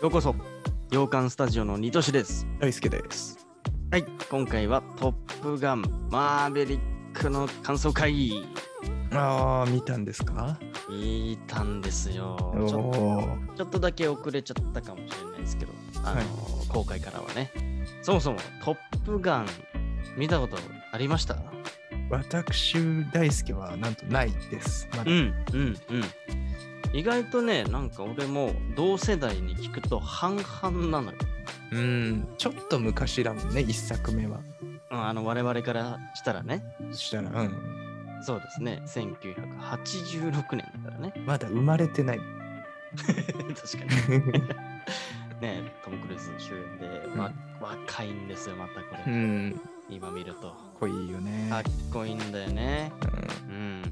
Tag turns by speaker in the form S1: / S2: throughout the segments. S1: ようこそ洋館スタジオのニトシです
S2: 大輔です。
S1: はい今回は「トップガンマーベリック」の感想会
S2: ああ、見たんですか
S1: 見たんですよ
S2: お
S1: ちょ
S2: おー。
S1: ちょっとだけ遅れちゃったかもしれないですけどあの、
S2: はい
S1: 公開からはねそもそも「トップガン」見たことありました
S2: 私、大輔はなんとないです。ま
S1: う
S2: だ
S1: んうんうん意外とねなんか俺も同世代に聞くと半々なのよ
S2: うん、ちょっと昔だもんね、一作目は。
S1: うんあの我々からしたらね
S2: そしたら、うん、
S1: そうですね1986年だからね
S2: まだ生まれてない。
S1: 確かにねトム・クルーズ主演で、ま、若いんですよまたこ
S2: う
S1: れ、
S2: ん、
S1: 今見ると
S2: 濃いよね。
S1: かっこいいんだよねうん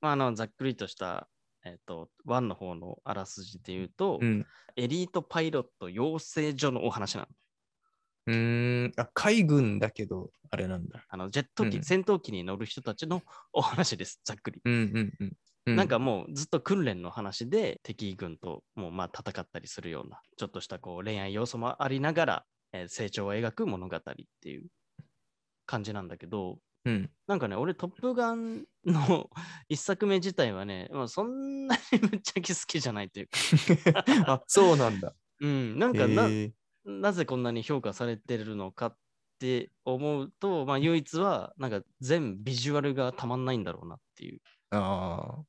S1: まああのざっくりとしたえっ、と1の方のあらすじで言うと、
S2: うん、
S1: エリートパイロット養成所のお話なの
S2: うん、うんあ海軍だけど、あれなんだ。
S1: あのジェット機、
S2: うん
S1: 戦闘機に乗る人たちの お話ですざっくり、
S2: うん、うん、うんう。
S1: なん、かもうずっと訓練の話で敵軍ともうまあ戦ったりするようなちょっとしたこう恋愛要素もありながら、えー成長を描く物語っていう感じなんだけど
S2: うん、
S1: なんかね俺「トップガン」の 一作目自体はね、まあ、そんなに ぶっちゃけ好きじゃないというか、
S2: あ、そうなんだ。
S1: うん、なんかな,、
S2: へー
S1: なぜこんなに評価されてるのかって思うと、まあ、唯一はなんか全ビジュアルがたまんないんだろうなっていう
S2: ああ、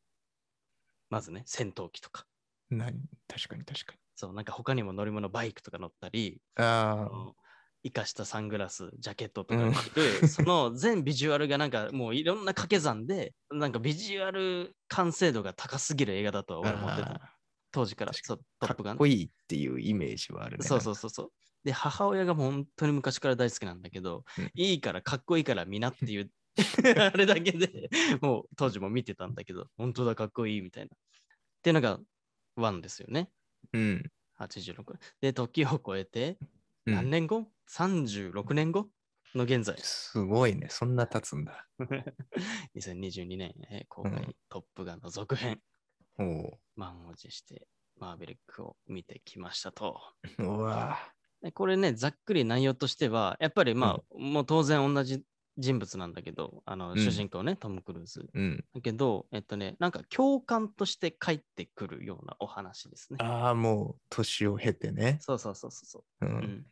S1: まずね戦闘機とか
S2: なに、確かに、確か
S1: そうなんか他にも乗り物バイクとか乗ったり
S2: に。ああ、
S1: 生かしたサングラス、ジャケットとか
S2: うん
S1: 着て、 その全ビジュアルがなんかもういろんな掛け算で、なんかビジュアル完成度が高すぎる映画だとは俺は思ってた。
S2: あ
S1: 当時から、
S2: 確
S1: そう、ト
S2: ー
S1: ップガ
S2: かっ
S1: ン
S2: こ。いいっていうイメージはあるね。
S1: そうそうそうそう。で、母親がもう本当に昔から大好きなんだけど、
S2: うん
S1: いいからかっこいいから見なって いう、あれだけでもう当時も見てたんだけど、本当だかっこいいみたいな。っていうのが1ですよね。
S2: うん。
S1: 86。で、時を超えて、
S2: うん
S1: 何年後、?36 年後の現在。
S2: すごいね、そんな経つんだ。
S1: 2022年、えー公
S2: う
S1: 開
S2: ん
S1: トップガンの続編、
S2: おう
S1: 満を持してマーベリックを見てきましたと。
S2: うわ
S1: でこれね、ざっくり内容としては、やっぱりまあ、もう当然同じ人物なんだけど、あの
S2: うん
S1: 主人公ね、トム・クルーズ。
S2: うん。
S1: だけど、えっとね、なんか共感として帰ってくるようなお話ですね。
S2: ああ、もう年を経てね。
S1: そうそうそうそうそう。
S2: う。
S1: うんん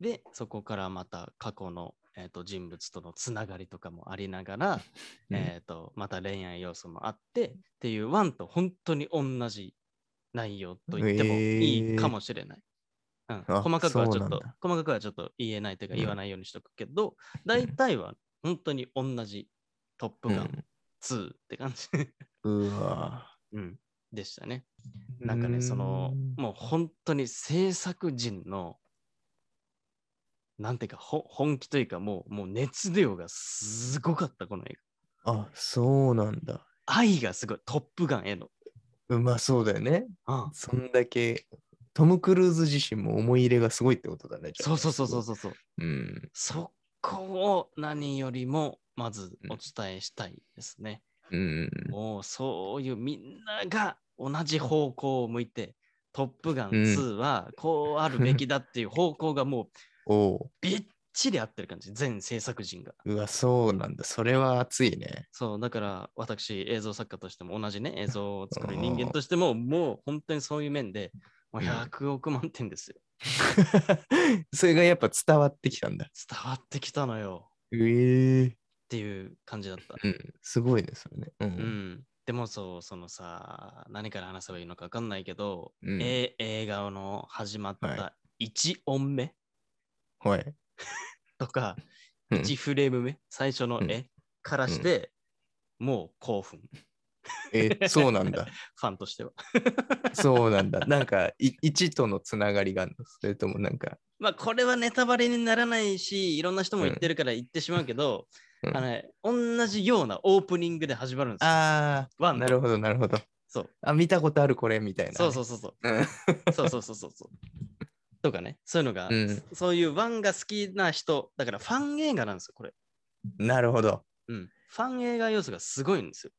S1: で、そこからまた過去の、えー、と人物とのつながりとかもありながら、
S2: うん
S1: えー、とまた恋愛要素もあってっていうワンと本当に同じ内容と言ってもいいかもしれない。うん、
S2: あ
S1: 細かくはちょっ
S2: そうな
S1: と
S2: んだ
S1: 細かくはちょっと言えないというか
S2: うん
S1: 言わないようにしとくけど、大体は本当に同じトップガン2って感じ、
S2: うんうわ
S1: うん、でしたね。なんかね、その、もう本当に制作人の、なんていうか、ほ本気というか、もう、もう熱量がすごかった、この映
S2: あ、そうなんだ。
S1: 画。愛がすごい、トップガンへの。
S2: うまそうだよね。
S1: うん、
S2: そんだけ、トム・クルーズ自身も思い入れがすごいってことだね。じゃ
S1: そ
S2: あ
S1: うそうそうそう。そうそう。
S2: うん。
S1: そこを何よりも、まずお伝えしたいですね。
S2: うん。
S1: もう、そういうみんなが同じ方向を向いて、トップガン2はこうあるべきだっていう方向がもう
S2: おう。
S1: びっちり合ってる感じ、全制作陣が。
S2: うわ、そうなんだ。それは熱いね。
S1: そう、だから私、映像作家としても同じね、映像を作る人間としても、もう本当にそういう面で、もう
S2: うん
S1: 100億万点ですよ。
S2: それがやっぱ伝わってきたんだ。
S1: 伝わってきたのよ
S2: ええ。
S1: っていう感じだった。
S2: うん。すごいね、それね。う。
S1: うんん。でもそう、そのさ、何から話せばいいのか分かんないけど、
S2: うん
S1: え映画の始まっ
S2: は
S1: た1音目
S2: はい。
S1: とか、
S2: うん
S1: 1フレーム目、最初の
S2: うん
S1: 絵からして、もう興奮、
S2: え、そうなんだ。
S1: ファンとしては。
S2: そうなんだ。なんか、い一とのつながりがあるのそれともなんか、
S1: まあこれはネタバレにならないしいろんな人も言ってるから言ってしまうけど、
S2: うん
S1: あのね同じようなオープニングで始まるんですよ。
S2: あ
S1: ワ
S2: あ、
S1: ン
S2: なるほど、なるほど。
S1: そう
S2: あ、見たことあるこれみたいな。
S1: そうそううそうそう
S2: うん。
S1: そうそうそうそうそう。とかねそういうのが、
S2: うん
S1: そういうワンが好きな人だからファン映画なんですよこれ、
S2: なるほど。
S1: うん。ファン映画要素がすごいんですよ。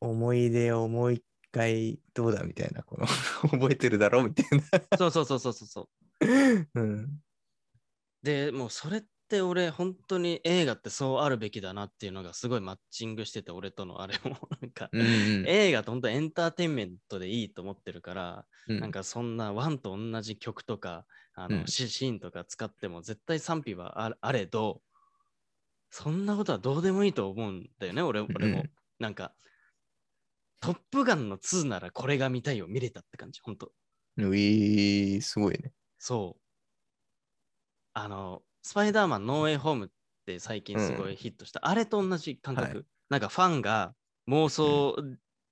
S2: 思い出を思い回どうだみたいな、この、覚えてるだろみたい
S1: そうそうそうそうそうそう。
S2: な。うん。
S1: でもうそれって俺本当に映画ってそうあるべきだなっていうのがすごいマッチングしてて俺とのあれもなんか、
S2: うん
S1: 映画って本当エンターテインメントでいいと思ってるから、
S2: うん
S1: なんかそんなワンと同じ曲とかあの、
S2: うん
S1: シシーンとか使っても絶対賛否はああれどそんなことはどうでもいいと思うんだよね俺俺も、
S2: うん
S1: なんか「トップガン」の2ならこれが見たいを見れたって感じ本当
S2: ういすごいね。
S1: そう。あの、スパイダーマン、ノーウェイホームって最近すご
S2: う
S1: いヒットした。あれと同じ感覚。
S2: は
S1: なんかファンが妄想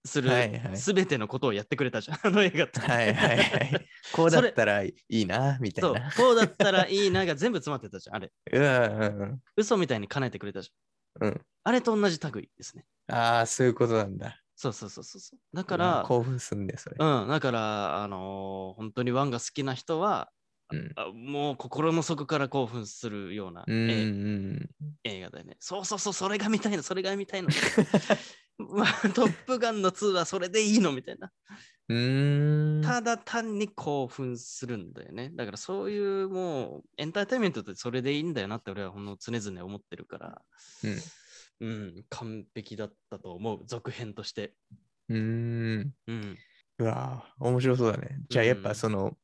S1: する
S2: はいはい
S1: すべてのことをやってくれたじゃん、あの映画って。
S2: はいはいはい。こうだったらいいな、みた
S1: そ
S2: いうな。、
S1: こうだったらいいなが全部詰まってたじゃん、あ れ。
S2: うんうん
S1: 嘘みたいに叶えてくれたじ
S2: うん。う
S1: ゃん。あれと同じ類ですね。
S2: ん。ああ、そういうことなんだ。
S1: そうそうそうそうそう。だ
S2: だ
S1: から、
S2: 興奮すんね、それ。
S1: うん、だから、あのー本当にワンが好きな人は、
S2: うん。
S1: あもう心の底から興奮するような、
S2: うんうんうん。
S1: 映画だよね。そうそうそう、それが見たいの、それが見 たいの。まあ、トップガンの2はそれでいいのみたいな。
S2: うーん。
S1: ただ単に興奮するんだよね。だからそういうもうエンターテインメントってそれでいいんだよなって俺はほんの常々思ってるから、うん、完璧だったと思う、続編として。
S2: うーん。
S1: うん、
S2: うわあ、面白そうだね。じゃあやっ
S1: うん
S2: ぱその、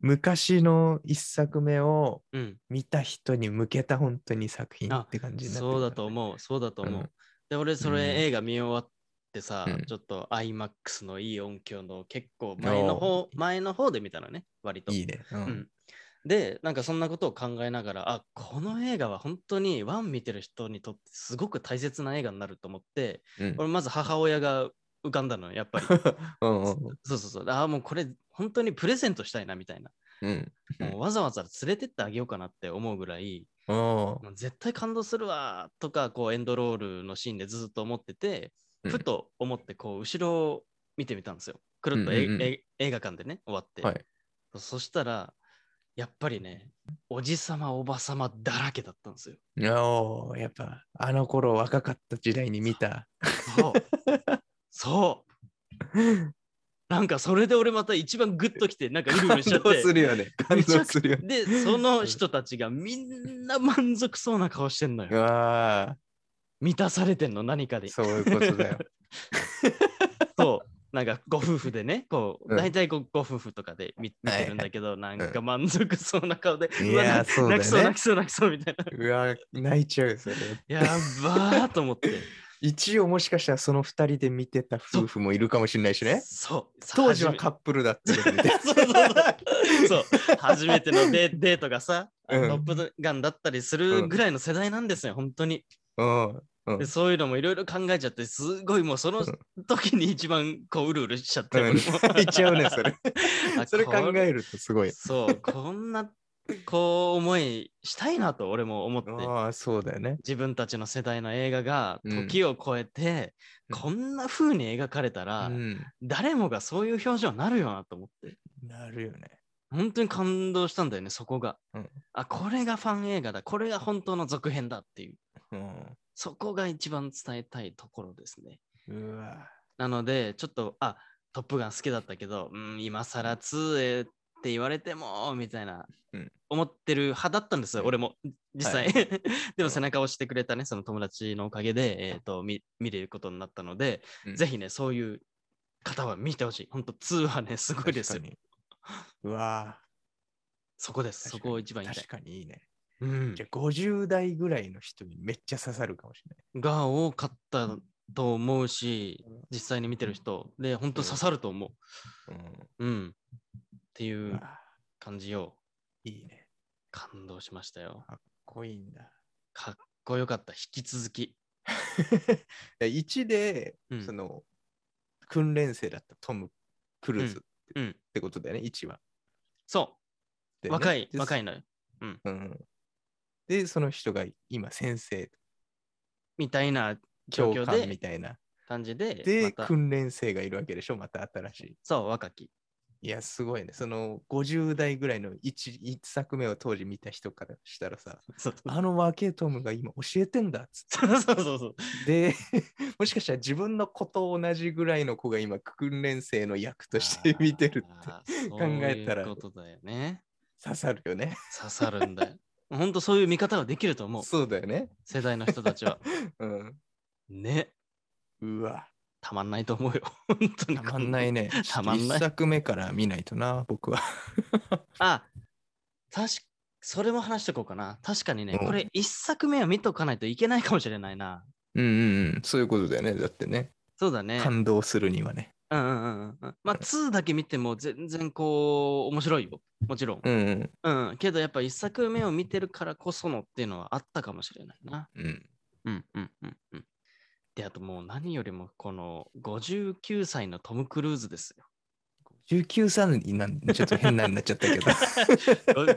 S2: 昔の一作目を
S1: うん、
S2: 見た人に向けた本当に作品
S1: あ
S2: って感じになってる
S1: そうだと思う、そうだと思う。
S2: うん
S1: で、俺それ
S2: うん
S1: 映画見終わってさ、
S2: うん
S1: ちょっと IMAX のいい音響の結構前の方、前の方で見たのね、割と。
S2: いいね。う
S1: うん。でなんかそんなことを考えながらあこの映画は本当にワン見てる人にとってすごく大切な映画になると思って
S2: うん
S1: 俺まず母親が浮かんだのよやっぱり
S2: うんうん
S1: そうそうそうあもうこれ本当にプレゼントしたいなみたいな
S2: うん。
S1: もうわざわざ連れてってあげようかなって思うぐらい
S2: おー
S1: もう絶対感動するわーとかこうエンドロールのシーンでずっと思ってて
S2: うん
S1: ふと思ってこう後ろを見てみたんですよくるっとえ、
S2: うんうんうん
S1: え映画館でね終わって、
S2: はい
S1: そしたらやっぱりねおじさまおばさまだらけだったんで すよ
S2: おーやっぱあの頃若かった時代に見た。
S1: そうそうなんかそれで俺また一番グッときてなんかうるう
S2: 感
S1: るしちゃっ
S2: 動す
S1: て
S2: るよね。感動するよね。
S1: でその人たちがみんな満足そうな顔してんの
S2: う
S1: よ
S2: わ
S1: 満たされてんの何か
S2: ー
S1: で
S2: そういうことだよ。
S1: そうなんかご夫婦でねこう、
S2: うん
S1: 大体ごご夫婦とかで見見てるんだけど、なんか満足 そうな顔で、
S2: いう
S1: わ
S2: やー、そうだ
S1: 泣きそう
S2: よね
S1: 泣き。そう泣きそうみたいな
S2: うわー泣いちゃうよ、それ。
S1: やばーと思って
S2: 一応もしかしたらその二人で見てた夫婦もいるかもしれないしね。
S1: そう
S2: 当時は
S1: 初
S2: カップルだったけどね
S1: め そうそうそうそう初めてのデデートがさ、
S2: うん
S1: トップガンだったりするぐらいの世代なんですよ本当に
S2: うんうん
S1: でそういうのもいろいろ考えちゃってすごいもうその
S2: うん
S1: 時に一番こううるうるしちゃって、
S2: うん
S1: 俺も
S2: 泣いちゃうね、それ。
S1: あ
S2: それ
S1: こ
S2: 考えるとすごい。
S1: そう、こんな、こう思いしたいなと俺も思って、
S2: ああ、そうだよね。
S1: 自分たちの世代の映画が
S2: うん
S1: 時を超えて、
S2: うん
S1: こんな風に描かれた
S2: う
S1: ら、
S2: ん。
S1: 誰もがそういう表情になるよなと思って、
S2: なるよね。
S1: 本当に感動したんだよね、そこが。
S2: うん
S1: あ、これがファン映画だ、これが本当の続編だっていう、
S2: う
S1: そこが一番伝えたいところですね。
S2: ん。うわ。
S1: なので、ちょっと、あ、トップガン好きだったけど、うん、今更2へって言われても、みたいな
S2: うん、
S1: 思ってる派だったんですよ、
S2: うん
S1: 俺も、実際。
S2: は
S1: でも背中を押してくれたね、その友達のおかげで、えっ、と、見、見れることになったので、
S2: うん
S1: ぜひね、そういう方は見てほしい。本当2はね、すごいですよ
S2: 確。かに。うわ。
S1: そこです。そこを一番言いたい
S2: 確。かにいいね。
S1: うん
S2: じゃあ50代ぐらいの人にめっちゃ刺さるかもしれない。。
S1: が多かったと思うし、実際に見てる人、で、本当刺さると思う。うん。っていううん
S2: わ
S1: 感じを
S2: いいね。
S1: 感動しましたよ。
S2: 濃い んだ。
S1: かっこよかった、引き続き。
S2: 1で
S1: うん、
S2: その、訓練生だったトム・クルーズっ
S1: うん、
S2: てことだよね、1は。
S1: そ
S2: で
S1: う、
S2: ね
S1: 若い、
S2: で
S1: 若いのよ。
S2: うん。で、その人が今、先生、
S1: みたいな状
S2: 教
S1: 況
S2: 官み
S1: で、
S2: たいな。
S1: 感じで、
S2: で、
S1: また
S2: 訓練生がいるわけでしょ、また新しい。
S1: そう、若き。
S2: いや、すごいね。その50代ぐらいの 1, 1作目を当時見た人からしたらさ、
S1: そう
S2: あのワーケートームが今教えてんだっつっ
S1: そうそうそう そう。
S2: て、でもしかしたら自分の子と同じぐらいの子が今、訓練生の役として見てるって
S1: あー
S2: 考えたら
S1: そういうことだよね。
S2: 刺さるよね。
S1: 刺さるん だよ。本当そういう見方ができると思う、
S2: そうだよね。
S1: 世代の人たち は。
S2: うん。
S1: ね、
S2: うわ、
S1: たまんないと思うよ。 本当に。
S2: たまんない
S1: ね。
S2: ね。
S1: たまんない
S2: 1作目から見ないとな、僕は。
S1: あ、確かそれも話しておこうかな。確かにね、
S2: うん
S1: これ一作目は見とかないといけないかもしれないな。
S2: うんうんうん。そういうことだよね。だってね、
S1: そうだね。
S2: 感動するにはね。
S1: うんうんうんうん。まあ、2だけ見ても全然こう、面白いよ。もちろん。
S2: うんうん。
S1: うん。けどやっぱ一作目を見てるからこそのっていうのはあったかもしれないな。
S2: うん。
S1: うんうんうんうん。で、あともう何よりもこの59歳のトム・クルーズですよ。
S2: 19歳になんちょっと変なになっちゃった けど。
S1: ご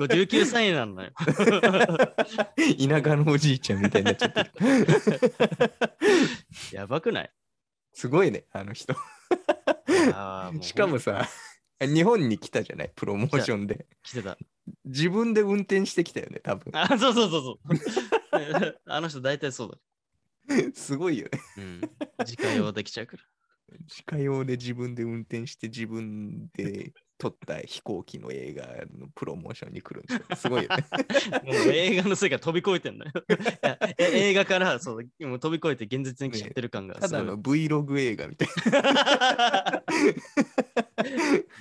S1: 59歳なのよ。
S2: 田舎のおじいちゃんみたいになっちゃってる。
S1: やばくない
S2: すごいね、あの人。
S1: あーう
S2: しかもさ、日本に来たじゃない、プロモーションで。
S1: 来てた。
S2: 自分で運転してきたよね、多分。
S1: あ、そうそうそうそう。 あの人大体そう
S2: すごいよね。
S1: だ。うん。自家用できちゃうから。
S2: 自家用で自分で運転して、自分で撮った飛行機の映画のプロモーションに来るんですよ。すごいよ
S1: も
S2: ね。
S1: う映画の世界飛び越えてんだよ。いやえ映画からそうもう飛び越えて現実に来ちゃってる感が
S2: た
S1: すご
S2: だ
S1: い。
S2: の Vlog 映画みたいな。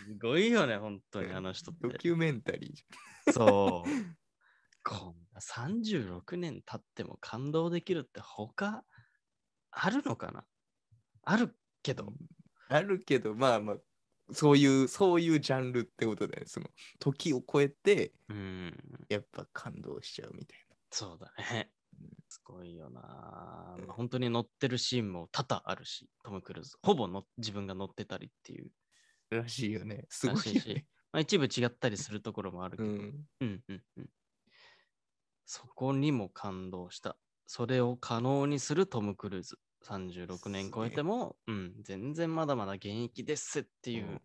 S1: すごいよね、本当にあの人っ
S2: ド
S1: て。
S2: キュメンタリーじ
S1: そう。こんな36年経っても感動できるって他あるのかなあるけど。
S2: ゃん。あるけど、まあまあ、そういう、そういうジャンルってことだよね。その、時を超えて、
S1: うん。
S2: やっぱ感動しちゃうみたい
S1: そうだね。すごいよな、まあ本当に乗ってるシーンも多々あるし、トム・クルーズ。ほぼの自分が乗ってたりっていう。
S2: な。らしいよね。すご
S1: らし
S2: い
S1: い
S2: よ
S1: し
S2: ね。
S1: まあ、一部違ったりするところもあるけ
S2: う
S1: ど。
S2: ん。
S1: うんうんうん。そこにも感動した。それを可能にするトム・クルーズ。36年超えても、うん、全然まだまだ現役ですっていう、
S2: うん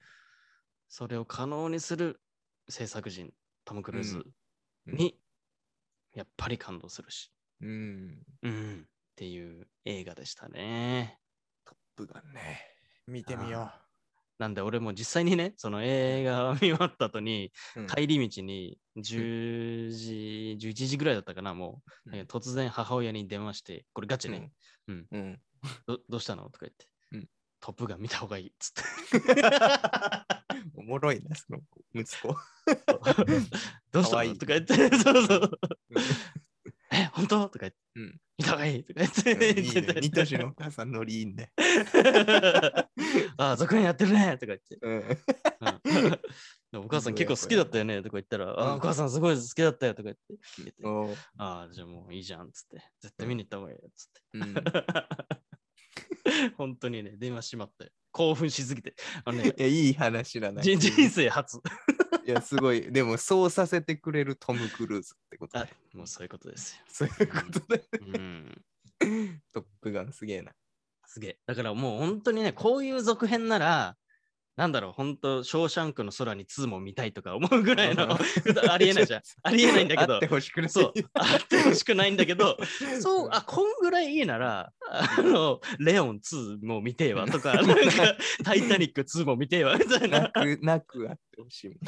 S1: それを可能にする制作人、トム・クルーズ
S2: うん
S1: に、やっぱり感動するし、
S2: うん。
S1: うん、っていう映画でしたね。
S2: トップガンね。見てみよ
S1: なんで俺も実際にね、その映画を見終わった後に、
S2: う。うん
S1: 帰り道に10時、11時ぐらいだったかな、もう、
S2: うん
S1: 突然母親に電話して、これガチね、うん
S2: うん。
S1: ど、どうしたのとか言って、
S2: うん
S1: トップガン見た方がいいっつ って、
S2: おもろいな、その息子。
S1: どうした
S2: か
S1: の
S2: わいい
S1: とか言って、 そうそう、
S2: うん
S1: え、本当とか言って、
S2: うん
S1: 見た方がいいとか言って、
S2: いいね
S1: 言って。
S2: ニトシのお母さんノリいいんで。
S1: ああ、続編やってるねとか言って、
S2: うん。
S1: うんお母さん結構好きだったよねとか言ったら、ああお母さんすごい好きだったよとか言って、
S2: おう
S1: ああ、じゃあもういいじゃんっつって、絶対見に行った方がいいよっつって。
S2: うん。
S1: 本当にね、電話しまって、興奮しすぎて。あ のね
S2: い、や、いい話だな。
S1: じ人
S2: い
S1: 生初。
S2: や、すごい。でも、そうさせてくれるトム・クルーズってこと
S1: あ
S2: ね。
S1: もうそういうことですよ。
S2: そういうことだよ
S1: う
S2: ね。
S1: ん。
S2: トップガンすげえな。
S1: すげえ。だからもう本当にね、こういう続編なら、なんだろう、本当、ショーシャンクの空に2も見たいとか思うぐらいの、ありえない じゃん。ありえないんだけ
S2: あっ
S1: ど
S2: て、ほしくない。
S1: そう、あってほしくないんだけど、そう、
S2: あ
S1: あ、こんぐらいいいなら、あの、レオン2も見てえわとか、なんか、 タイタニック2も見てえわみたいな
S2: な。く、なくあってほしいもん。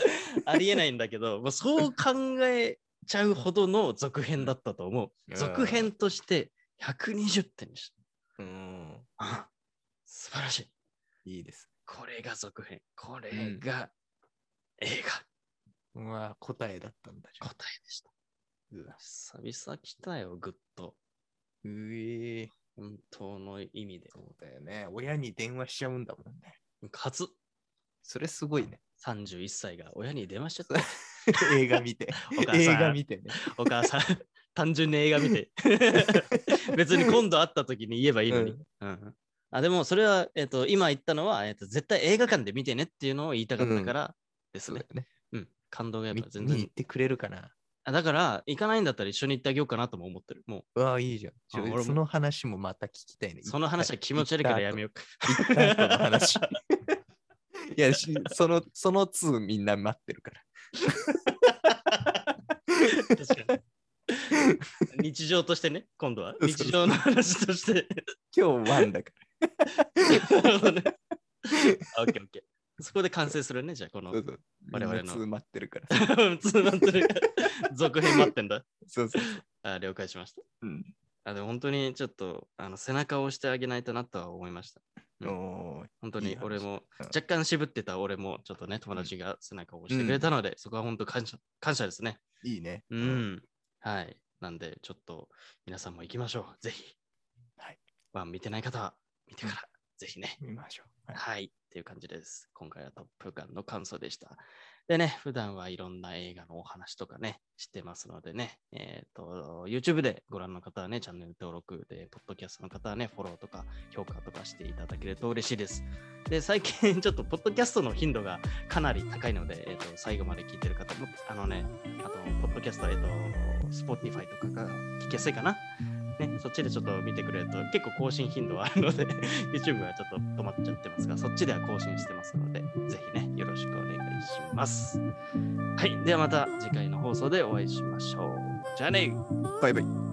S1: ありえないんだけ ど、もうそう考えちゃうほどの続編だったと思
S2: う
S1: う。
S2: ん
S1: 続編として120点でし
S2: うん。
S1: た。あ素晴らしい。
S2: いいです。
S1: これが続編。これが映
S2: うわ、答えだったんだじ
S1: 画。答えでした。
S2: うわ
S1: 久々来たよ、ぐっと。
S2: うえ
S1: 本当の意味で。
S2: そうだよね。親に電話しちゃうんだもんね。
S1: 初、
S2: それすごいね。
S1: 31歳が親に出ま しちゃった。
S2: 映画見て
S1: お母。さん
S2: 映画見てね。
S1: お母さん、単純に映画見 て。 別に今度会った時に言えばいいのに。うんあでもそれは、えっと今言ったのは、えっと絶対映画館で見てねっていうのを言いたかったからです
S2: そうだ
S1: ねう
S2: よ。ね。
S1: ん、感動がやっ
S2: み
S1: ぱ全
S2: 見に
S1: 然
S2: 行っ。てくれるかな。
S1: あだから行かないんだったら一緒に行ってあげようかなとも思ってる。も
S2: うわ、いいじゃん。
S1: あ俺
S2: ちょ
S1: も
S2: その話もまた聞きたいね。
S1: うその話は気持ち悪いからやめ
S2: よ
S1: ようか。
S2: う。行った後の話。いやしその、その2みんな待ってるから。
S1: 確かに。 日常としてね、今度は。
S2: そうそうそう
S1: 日常の話として。
S2: 今日1だか
S1: なるほどね。あオッケーオッケー。そこで完成するね、じゃあ、こ
S2: ら。
S1: の
S2: そう。そう。
S1: 我々の
S2: みんな2待ってるから。
S1: 普通なんてね続編待ってんだ。
S2: そうそうそう。
S1: あ了解しました。
S2: うん。
S1: あでも本当にちょっとあの背中を押してあげないとなとは思いました。うん
S2: おー
S1: 本当に俺も
S2: うん
S1: 若干渋ってた俺もちょっとね友達が背中を押してくれたので、そこは本当感謝感謝ですね。
S2: いいね。
S1: うん。。はい。なんでちょっと皆さんも行きましょう。ぜひ。
S2: はい。
S1: ワン見てない方は見てからぜひね。
S2: 見ましょう。はい
S1: はい。っていう感じです。今回はトップガンの感想でした。でね、普段はいろんな映画のお話とかね、してますのでね、えっ、と、YouTube でご覧の方はね、チャンネル登録で、ポッドキャストの方はね、フォローとか評価とかしていただけると嬉しいです。で、最近 ちょっと、ポッドキャストの頻度がかなり高いので、えっ、と、最後まで聞いてる方も、あのね、あと、ポッドキャストは、えっ、と、Spotify とかが聞きやすいかな。ね、そっちでちょっと見てくれると結構更新頻度はあるので YouTube はちょっと止まっちゃってますがそっちでは更新してますのでぜひねよろしくお願いしますはいではまた次回の放送でお会いしましょうじゃあね
S2: バイバイ。